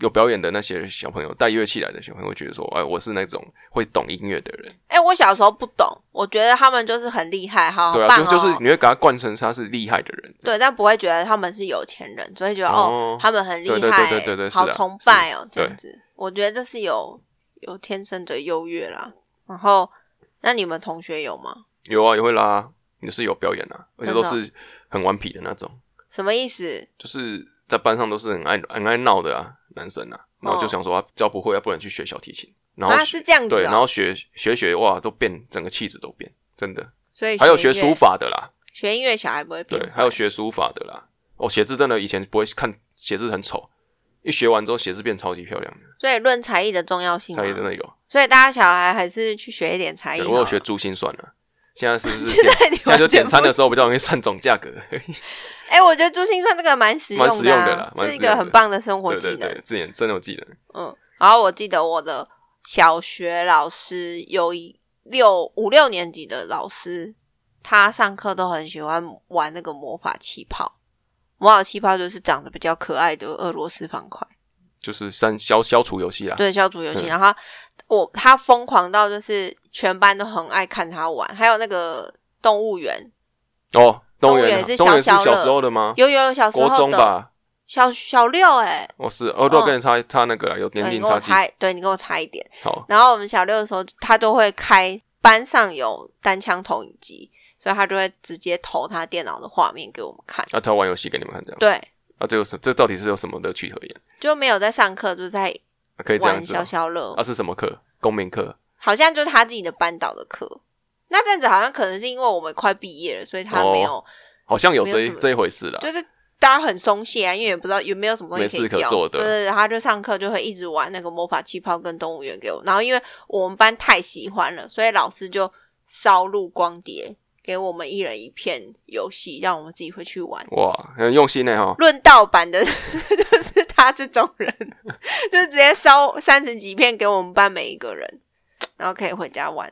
A: 有表演的那些小朋友，带乐器来的小朋友，会觉得说，哎，我是那种会懂音乐的人。
B: 哎、我小时候不懂，我觉得他们就是很厉害，好好
A: 对
B: 棒、哦
A: 啊，就就是你会给他灌成他是厉害的人。
B: 对，但不会觉得他们是有钱人，只会觉得
A: 哦
B: 哦，他们很厉害、
A: 对对对对对对是
B: 好
A: 的
B: 崇拜哦，这
A: 对
B: 样子。我觉得这是有有天生的优越啦。然后，那你们同学有吗？
A: 有啊，也会拉，也是有表演啊，而且都
B: 真的哦
A: 是很顽皮的那种，
B: 什么意思？
A: 就是在班上都是很爱很爱闹的啊，男生啊，然后就
B: 哦
A: 想说，教不会，啊，不能去学小提琴，然后
B: 啊，
A: 学
B: 是这样子、哦。
A: 对，然后学学学哇，都变整个气质都变，真的。
B: 所以
A: 还有
B: 音乐
A: 学书，法的啦，
B: 学音乐小孩不会变
A: 对，还有学书法的啦。哦，写字真的以前不会看写字很丑，一学完之后写字变超级漂亮的，
B: 所以论才艺的重要性嘛
A: 才艺真的有。
B: 所以大家小孩还是去学一点才艺
A: 对
B: 好了。
A: 我有学珠心算了，现在是不 是
B: 哎现
A: 点？
B: 在你
A: 现在就
B: 完全
A: 点餐的
B: 不
A: 时候比较容易算总价 格，对
B: 哎、我觉得珠心算这个蛮实用
A: 蛮
B: 的、啊，
A: 实用的啦蛮
B: 是一
A: 实用
B: 个很
A: 的
B: 棒的生活技
A: 对
B: 能。
A: 对，这点真的有技能。
B: 嗯，然后我记得我的小学老师有一六五六年级的老师，他上课都很喜欢玩那个魔法气泡。魔法气泡就是长得比较可爱的俄罗斯方块，
A: 就是删消消除游戏啦，
B: 对，消除游
A: 嗯
B: 戏。然后我他疯狂到就是全班都很爱看他玩，还有那个动物园，
A: 哦，
B: 动
A: 动物
B: 物园
A: 园啊，
B: 是
A: 动物园是
B: 小小
A: 小
B: 乐
A: 时候的吗？
B: 有有有小时
A: 国
B: 候
A: 中
B: 的
A: 吧，
B: 小小六哎、
A: 我是哦，都要跟你差差那个了，有年
B: 嗯你
A: 龄
B: 跟我
A: 差距。
B: 差，对你跟我差一点。
A: 好，
B: 然后我们小六的时候，他都会开班上有单枪投影机，所以他就会直接投他电脑的画面给我们看。
A: 那、啊、他玩游戏给你们看这样。
B: 对，
A: 啊，这有什这到底是有什么乐趣可言？
B: 就没有在上课，就在
A: 啊可以这样
B: 玩
A: 子、哦
B: 消。消乐
A: 啊，，是什么课？公民课。
B: 好像就是他自己的班导的课。那阵子好像可能是因为我们快毕业了，所以他
A: 哦
B: 没有，
A: 好像有
B: 没有
A: 这一
B: 什么
A: 这一回事啦。
B: 就是大家很松懈啊，因为也不知道有没有什么东西
A: 啊没事
B: 以
A: 可
B: 教。
A: 做的
B: 对对对，他就上课就会一直玩那个魔法气泡跟动物园给我。然后因为我们班太喜欢了，所以老师就烧录光碟给我们一人一片游戏，让我们自己回去玩。
A: 哇，很用心呢欸哈。
B: 论盗版的， 就是他这种人，就直接烧三十几片给我们班每一个人，然后可以回家玩。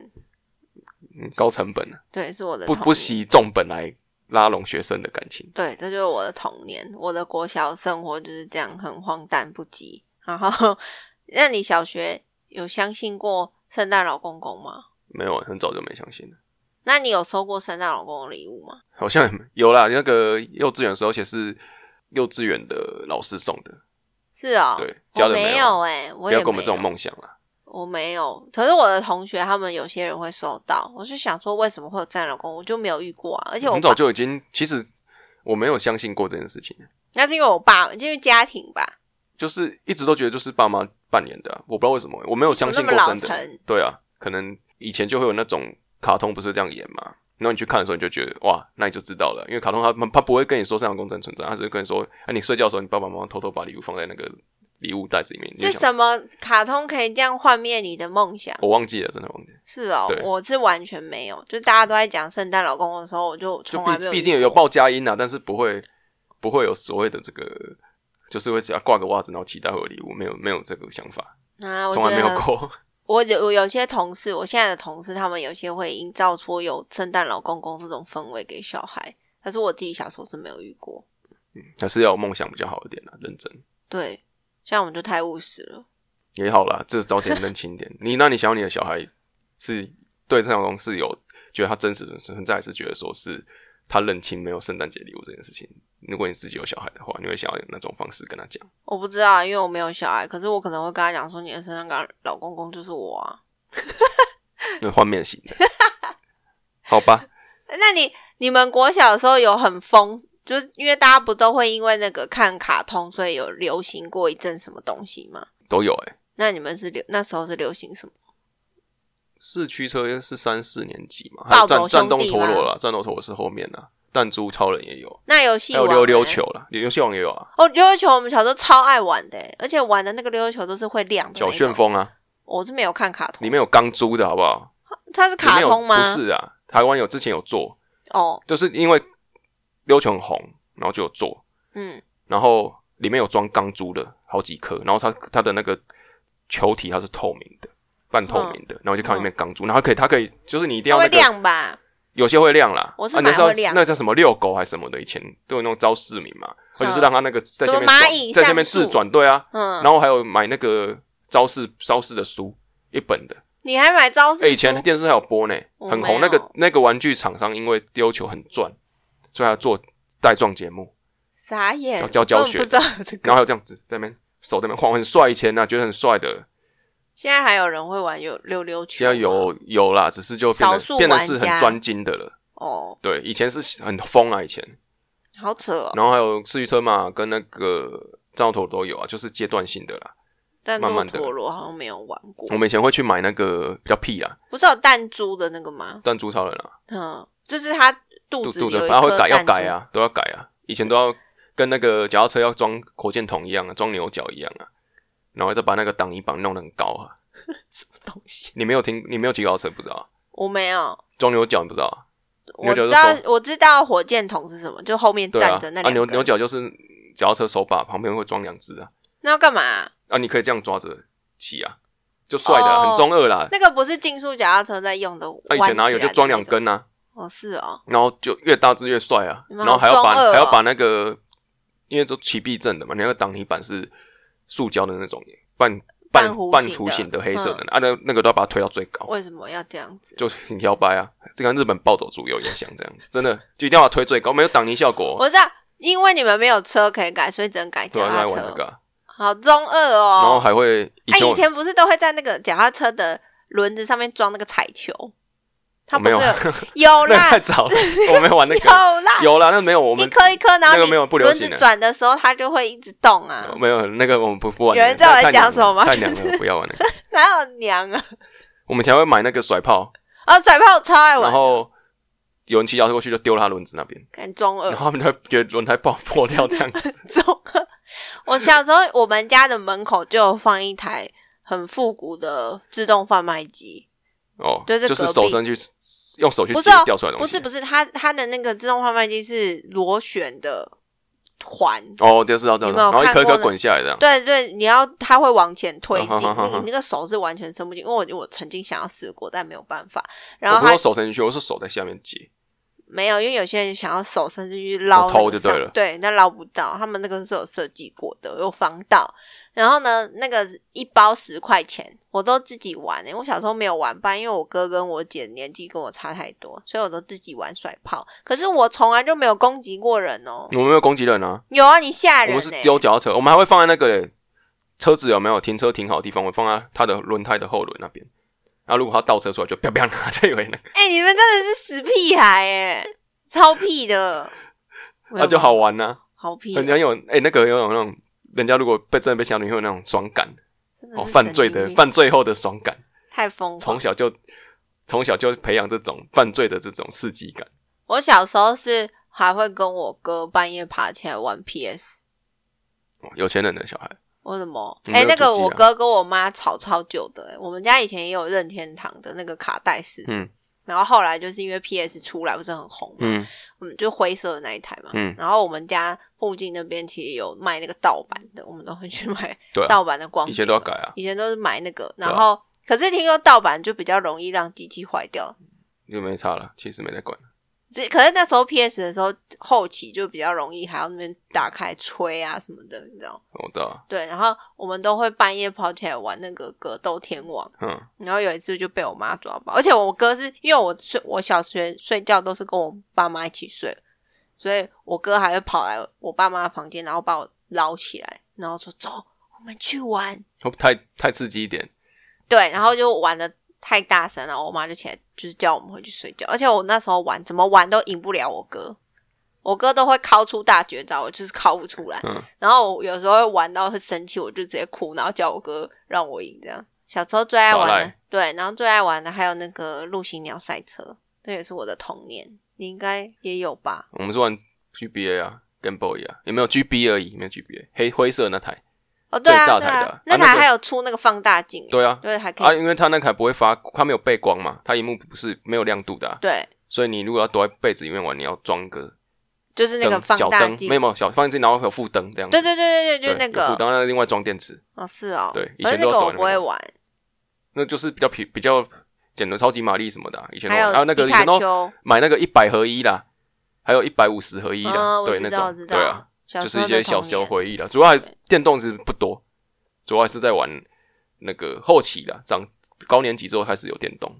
A: 嗯高成本，
B: 对，是我的
A: 不
B: 童
A: 不
B: 年
A: 惜重本来拉拢学生的感情。
B: 对，这就是我的童年，我的国小生活就是这样，很荒诞不羁。然后，那你小学有相信过圣诞老公公吗？
A: 没有，很早就没相信了。
B: 那你有收过圣诞老公公的礼物吗？
A: 好像也没有啦，那个幼稚园的时候，而且是幼稚园的老师送的，
B: 是哦，
A: 对家
B: 我
A: 人没
B: 没
A: 有啊
B: 有哎、我
A: 不
B: 也
A: 要给
B: 没有
A: 我们这种梦想啦。
B: 我没有。可是我的同学他们有些人会收到，我是想说为什么会有圣诞老公公，我就没有遇过啊。而且我
A: 很早
B: 爸，
A: 就已经，其实我没有相信过这件事情，
B: 那是因为我爸，因为家庭吧，
A: 就是一直都觉得就是爸妈扮演的啊、我不知道为什么，我没有相信过
B: 你怎么
A: 真
B: 那么老
A: 的
B: 成。
A: 对啊，可能以前就会有那种卡通不是这样演嘛，然后你去看的时候你就觉得哇，那你就知道了，因为卡通他他不会跟你说圣诞公真存在，他只是跟你说，哎、你睡觉的时候你爸爸妈妈偷偷把礼物放在那个礼物袋子里面，你就是想
B: 什么卡通可以这样幻灭你的梦想？
A: 我忘记了，真的忘记了。
B: 是哦
A: 对，
B: 我是完全没有。就大家都在讲圣诞老公公的时候，我就
A: 就
B: 从来没
A: 毕
B: 有。
A: 毕竟有，报佳音啊，但是不会不会有所谓的这个，就是会只要挂个袜子然后期待会有礼物，没有没有这个想法，
B: 啊，我
A: 从来没有
B: 觉得
A: 过。
B: 我有我有些同事，我现在的同事，他们有些会营造出有圣诞老公公这种氛围给小孩，但是我自己小时候是没有遇过。
A: 还是要有梦想比较好一点啦，认真
B: 对，像我们就太务实了。
A: 也好啦，这早点认清一点。你那你想要你的小孩是对这种东西有觉得他真实的存在，还是觉得说是他认清没有圣诞节礼物这件事情？如果你自己有小孩的话，你会想要用那种方式跟他讲。
B: 我不知道，因为我没有小孩，可是我可能会跟他讲说，你的圣诞老公公就是我啊。
A: 那换面型的，好吧？
B: 那你你们国小的时候有很疯，就是因为大家不都会因为那个看卡通，所以有流行过一阵什么东西吗？
A: 都有哎、
B: 那你们是流那时候是流行什么？
A: 四驱车是三四年级嘛，还有
B: 暴走
A: 战战斗
B: 兄弟
A: 陀螺
B: 吗
A: 啦，战斗陀螺是后面啦，弹珠超人也有，
B: 那游戏
A: 还有
B: 王
A: 溜溜
B: 欸
A: 球啦，游游戏王也有啊，
B: 哦，溜溜球我们小时候超爱玩的欸，而且玩的那个溜溜球都是会亮的那
A: 小
B: 种
A: 旋，风啊，
B: 我是没有看卡通，
A: 里面有钢珠的好不好？
B: 它是
A: 里
B: 卡
A: 面有
B: 通吗？
A: 不是啊，台湾有之前有做，
B: 哦，
A: 就是因为溜球很红，然后就有做，
B: 嗯，
A: 然后里面有装钢珠的好几颗，然后它它的那个球体它是透明的，半透明的，然后就看里面钢珠，然后它可以它可以就是你一定
B: 嗯它
A: 要
B: 会
A: 那个
B: 亮吧？
A: 有些会亮啦，
B: 我是
A: 啊、那
B: 买
A: 时候
B: 会亮
A: 那叫什么遛狗还是什么的，以前都有那种招式名嘛，或者是让它那个在下面
B: 什么蚂蚁
A: 转在下面
B: 上树
A: 自转，对啊，
B: 嗯，
A: 然后还有买那个招式招式的书一本的，
B: 你还买招式
A: 哎、
B: 书？
A: 以前电视还有播呢，
B: 我
A: 很
B: 没
A: 红。那个
B: 有
A: 那个玩具厂商因为丢球很赚，所以他做带状节目，
B: 傻眼，
A: 教教
B: 我
A: 学
B: 根本不知道这
A: 然后
B: 个。
A: 还有这样子在那边手在那边晃，很帅。以前啊，觉得很帅的，
B: 现在还有人会玩有溜溜球
A: 现
B: 吗？
A: 在有有啦，只是就变
B: 少
A: 得
B: 数
A: 变得
B: 玩
A: 是很
B: 家
A: 专精的了。
B: 哦，
A: 对，以前是很疯啊，以前。
B: 好扯哦，
A: 然后还有四驱车嘛，跟那个战斗头都有啊，就是阶段性的啦。
B: 但
A: 慢慢的
B: 陀螺好像没有玩过
A: 我，们以前会去买那个比较屁啦，
B: 不是有弹珠的那个吗？
A: 弹珠超人啊，
B: 嗯，就是它肚
A: 肚
B: 子
A: 肚
B: 有一
A: 子，
B: 颗
A: 他会改要
B: 弹珠
A: 改，啊，都要改啊。以前都要跟那个脚踏车要装火箭筒一样啊，装牛角一样啊，然后再把那个挡泥板弄得很高啊。
B: 什么东西？
A: 你没有听，你没有骑脚踏车不知道啊，
B: 我没有，
A: 装牛角你不知道啊？
B: 我
A: 牛
B: 知
A: 角是
B: 道
A: 手，
B: 我知道火箭筒是什么，就后面
A: 对啊
B: 站着那，
A: 啊牛
B: 两
A: 牛
B: 个。
A: 角就是脚踏车手把旁边会装两只啊，
B: 那要干嘛、
A: 啊你可以这样抓着骑啊，就帅的啊，
B: 哦
A: 很中二啦。
B: 那个不是竞速脚踏车在用的，
A: 啊以前哪有就装两？根啊，
B: 哦，是哦，
A: 然后就越大只越帅啊，
B: 你
A: 然
B: 们
A: 后还要把
B: 好中二哦
A: 还要把那个，因为都骑避震的嘛，你那个挡泥板是塑胶的那种半
B: 半
A: 半
B: 弧
A: 半
B: 形的
A: 弧形的黑色的，啊那那个都要把它推到最高，
B: 为什么要这样子？
A: 哦就是很摇摆啊，这跟日本暴走族有影响，这样真的就一定要把它推最高，没有挡泥效果哦，
B: 我知道因为你们没有车可以改，所以只能改
A: 对
B: 脚
A: 啊，
B: 踏
A: 就爱玩
B: 车
A: 那。个啊、
B: 好中二
A: 然后
B: 哦！
A: 还会以
B: 哎、
A: 前我、
B: 以前不是都会在那个脚踏车的轮子上面装那个彩球？它
A: 我
B: 不
A: 没有
B: 是
A: 啊， 那
B: 有
A: 个
B: 啦
A: 太早了，我没有玩 那个，
B: 有啦，
A: 有啦，那没有我
B: 一
A: 们。
B: 颗一颗，然后
A: 那个
B: 你
A: 没有不流
B: 轮
A: 行
B: 子
A: 的
B: 转的时候，它就会一直动啊
A: 呃！没有那个，我们不不玩那个。
B: 有人知道我在
A: 太
B: 讲
A: 娘
B: 什么吗
A: 了太娘了，不要玩那个。
B: 哪有娘啊？
A: 我们以前还会买那个甩炮，
B: 啊，甩炮我超爱
A: 然
B: 玩，
A: 后有人骑脚踏车过去就丢他轮子那边，
B: 看中二
A: 然。后他们就会觉得轮胎爆破掉这样 子。
B: 中二。 我小时候，我们家的门口就有放一台很复古的自动贩卖机，
A: 哦，
B: 对这
A: 就是
B: 隔
A: 手
B: 壁
A: 伸去用手去
B: 不
A: 接
B: 是哦
A: 掉出来的
B: 不
A: 东西
B: 是。不是，它它的那个自动贩卖机是螺旋的环，
A: 哦，对，知道知道，
B: 你
A: 知
B: 们
A: 道
B: 有
A: 然后一
B: 看
A: 颗一颗
B: 过
A: 滚下来这样。
B: 对对，你要它会往前推进，
A: 哦好好好
B: 你
A: 好
B: 那个手是完全伸不进，因为我我曾经想要试过，但没有办法。然
A: 我
B: 后
A: 不是
B: 它
A: 说手伸进去，我是手在下面接。
B: 没有，因为有些人想要手伸进去捞
A: 偷
B: 那个
A: 就对
B: 上
A: 了
B: 对，那捞不到，他们那个是有设计过的，有防盗。然后呢，那个一包十块钱，我都自己玩、欸。我小时候没有玩伴，因为我哥跟我姐年纪跟我差太多，所以我都自己玩甩炮。可是我从来就没有攻击过人哦、
A: 我们没有攻击人啊，
B: 有啊，你吓
A: 我
B: 人
A: 们
B: 呢、
A: 是丢脚踏车，我们还会放在那个嘞车子有没有停车停好的地方，我放在它的轮胎的后轮那边。然后如果它倒车出来，就啪啪， 他就以为那个，
B: 哎、你们真的是死屁孩哎、超屁的。
A: 那就好，玩呐。
B: 好屁哦、
A: 很很有哎，那个有那种人家如果被真的被吓到，你会有那种爽感
B: 真
A: 哦，
B: 是
A: 犯
B: 神
A: 罪
B: 经
A: 的
B: 病
A: 犯罪后的爽感，
B: 太疯狂
A: 从。小就从小就培养这种犯罪的这种刺激感。
B: 我小时候是还会跟我哥半夜爬起来玩 PS。
A: 哦有钱人的小孩，
B: 为什么？
A: 你
B: 哎、
A: 没有
B: 那个
A: 主机啊
B: 我哥跟我妈吵超久的、哎我们家以前也有任天堂的那个卡带式，
A: 嗯
B: 然后后来就是因为 PS 出来不是很红嘛，
A: 嗯
B: 我们就灰色的那一台嘛。
A: 嗯，
B: 然后我们家附近那边其实有卖那个盗版的，我们都会去买
A: 对啊，
B: 盗版的光碟
A: 以
B: 嘛。
A: 前都要改啊，
B: 以前都是买那个，
A: 对啊
B: 然后、可是听说盗版就比较容易让机器坏掉，
A: 就没差了，其实没在管。
B: 只可是那时候 PS 的时候，后期就比较容易，还要那边打开吹啊什么的，你知道？
A: 我知道啊，
B: 对，然后我们都会半夜跑起来玩那个格斗天王，
A: 嗯，
B: 然后有一次就被我妈抓包，而且我哥是因为我睡我小学睡觉都是跟我爸妈一起睡，所以我哥还会跑来我爸妈的房间，然后把我捞起来，然后说走，我们去玩。
A: 会不会太太刺激一点，
B: 对，然后就玩的太大声了，我妈就起来就是叫我们回去睡觉。而且我那时候玩怎么玩都赢不了我哥，我哥都会敲出大绝招，我就是敲不出来。
A: 嗯，
B: 然后我有时候会玩到会生气，我就直接哭，然后叫我哥让我赢。这样小时候最爱玩
A: 耍
B: 的
A: 赖，
B: 对，然后最爱玩的还有那个陆行鸟赛车，这也是我的童年，你应该也有吧？
A: 我们是玩 GBA 啊，Game Boy 啊，也没有 GB 而已，没有 GBA，黑灰色那台。
B: 哦，对啊，
A: 最大
B: 对
A: 台的
B: 啊
A: 啊，
B: 那
A: 啊那
B: 台
A: 个
B: 还有出那个放大镜，
A: 对啊，
B: 对，还可
A: 啊，
B: 以，
A: 因为它那台不会发，它没有背光嘛，它荧幕不是没有亮度的、啊，
B: 对，
A: 所以你如果要躲在被子里面玩，你要装个
B: 就是那个
A: 灯
B: 放
A: 小
B: 大
A: 灯，
B: 镜
A: 没，有没有小放大镜，然后有副灯这样子。
B: 对对对对对，就是那
A: 有
B: 个
A: 副，灯，然后另外装电池，
B: 哦，是哦，
A: 对以
B: 可是
A: 前都
B: 那个
A: 要
B: 我
A: 短
B: 不会
A: 那个
B: 玩，
A: 那就是比较便比较简单，超级玛丽什么的啊、以前都
B: 还
A: 玩
B: 有
A: 然后那个以
B: 皮卡
A: 前都
B: 丘，
A: 买那个一百合一啦，还有一百五十合一啦，
B: 嗯，我
A: 对
B: 知
A: 那
B: 道，我知
A: 种，
B: 道，
A: 对啊，
B: 小
A: 就
B: 时
A: 是
B: 候
A: 一些
B: 的童
A: 小时候
B: 年
A: 回忆啦。主要
B: 对
A: 电动是不多，主要还是在玩那个后期啦，长高年级之后开始有电动，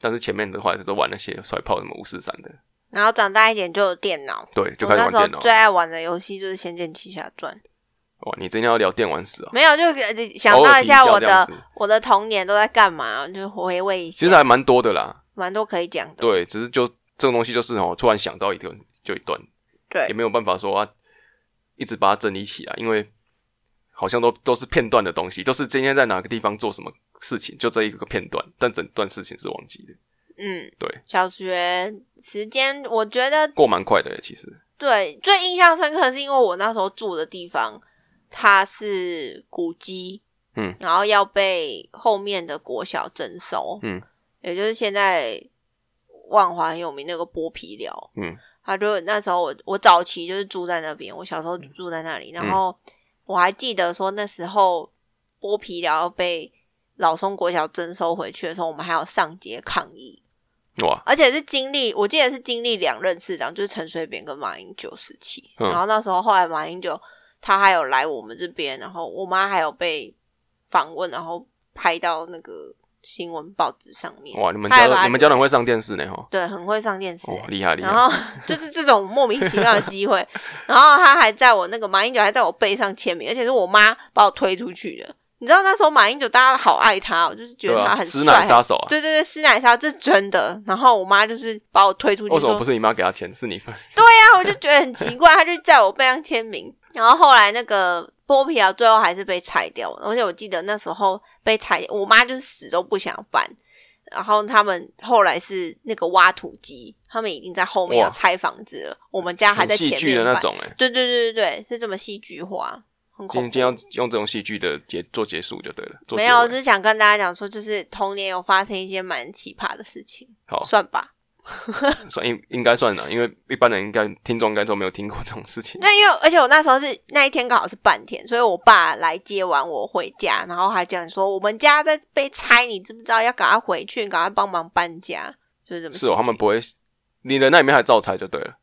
A: 但是前面的话都玩那些甩炮什么五四三的，
B: 然后长大一点就有电脑，
A: 对，就
B: 我
A: 开始
B: 那
A: 玩
B: 时候
A: 电脑。
B: 最爱玩的游戏就是《仙剑奇侠传》，
A: 哇，你今天要聊电玩史啊？
B: 没有，就呃想
A: 偶尔
B: 到
A: 提
B: 下
A: 一下
B: 我
A: 这样
B: 的
A: 子
B: 我的童年都在干嘛，就回味一下，
A: 其实还蛮多的啦，
B: 蛮多可以讲的，
A: 对，只是就这种东西就是哦，突然想到一个就一段，也
B: 对，
A: 没有办法说啊，一直把它整理起来，因为好像都都是片段的东西，都是今天在哪个地方做什么事情，就这一个片段，但整段事情是忘记的，
B: 嗯，
A: 对，
B: 小学时间我觉得
A: 过蛮快的欸其实。
B: 对最印象深刻的是因为我那时候住的地方它是古迹，
A: 嗯，
B: 然后要被后面的国小征收，
A: 嗯，
B: 也就是现在万华很有名那个剥皮寮，
A: 嗯，
B: 他就那时候我我早期就是住在那边，我小时候住在那里，
A: 嗯
B: 然后我还记得说那时候剥皮寮被老松国小征收回去的时候，我们还有上街抗议，
A: 哇，
B: 而且是经历，我记得是经历两任市长，就是陈水扁跟马英九时期。
A: 嗯
B: 然后那时候后来马英九他还有来我们这边，然后我妈还有被访问，然后拍到那个新闻报纸上面。
A: 哇，你们
B: 他还
A: 家
B: 把它
A: 的你们家人会上电视呢哈，
B: 对，很会上电视欸、
A: 哦，厉害厉
B: 然
A: 害，
B: 后就是这种莫名其妙的 机会，然后他还在我那个马英九还在我背上签名，而且是我妈把我推出去的。你知道那时候马英九大家好爱他、哦，就是觉
A: 对
B: 得他
A: 吧？
B: 很
A: 直
B: 帅
A: 男
B: 很
A: 杀手啊，
B: 对对对，师奶沙这是真的。然后我妈就是把我推出去
A: 为什么
B: 说
A: 不，是你妈给他钱，是你发
B: 对啊，我就觉得很奇怪，她就在我背上签名。然后后来那个剥皮啊，最后还是被裁掉了。而且我记得那时候被裁，我妈就是死都不想办。然后他们后来是那个挖土机，他们已经在后面
A: 哇
B: 要拆房子了，我们家还在
A: 很
B: 前
A: 戏剧
B: 面
A: 的那
B: 办。
A: 种哎，
B: 对对对对对，是这么戏剧化，很
A: 今天今
B: 恐怖
A: 天。要用这种戏剧的结做结束就对了，做
B: 没
A: 结
B: 有，
A: 尾
B: 就是想跟大家讲说，就是童年有发生一些蛮奇葩的事情，
A: 好
B: 算吧。
A: 算应应该算了，因为一般人应该听众应该都没有听过这种事情。
B: 那因为而且我那时候是那一天刚好是半天，所以我爸来接完我回家，然后还讲说我们家在被拆，你知不知道？要赶快回去，赶快帮忙搬家，就是这么
A: 是哦，
B: 戏
A: 他们不会，你的那里面还照拆就对了。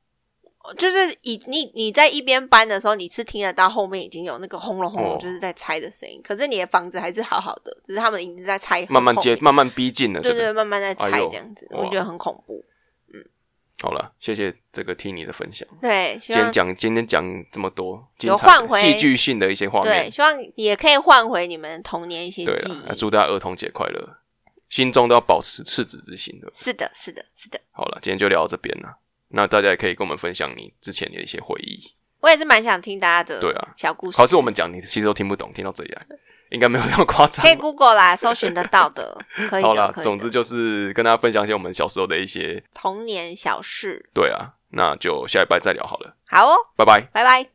B: 剧就是以你你在一边搬的时候，你是听得到后面已经有那个轰隆轰隆
A: 哦
B: 就是在拆的声音，可是你的房子还是好好的，只是他们已经在拆，
A: 慢慢接，
B: 后面
A: 慢慢逼近了。
B: 对
A: 这
B: 哦对，
A: 个
B: 对慢慢在拆
A: 哎呦
B: 这样子，
A: 哇
B: 我觉得很恐怖。
A: 好了，谢谢这个听你的分享。
B: 对，希
A: 今天
B: 望
A: 讲今天讲这么多，精
B: 有
A: 彩
B: 换
A: 的
B: 回
A: 戏剧性的一些画
B: 对，
A: 面。
B: 希望也可以换回你们童年一些
A: 对
B: 记
A: 了，那
B: 忆。
A: 祝大家儿童节快乐，心中都要保持赤子之心的。
B: 是的，是的，是的。
A: 好了，今天就聊到这边了。那大家也可以跟我们分享你之前的一些回忆。
B: 我也是蛮想听大家的
A: 对啊
B: 小故事。
A: 考试我们讲，你其实都听不懂，听到这里来，应该没有那么夸张
B: 可。以 Google 啦，搜寻得到 的， 可以
A: 好
B: 的。
A: 啦
B: 可以，的
A: 总之就是跟大家分享一些我们小时候的一些
B: 童年小事，
A: 对啊，那就下礼拜再聊好了，
B: 好哦，
A: 拜拜。
B: 拜拜。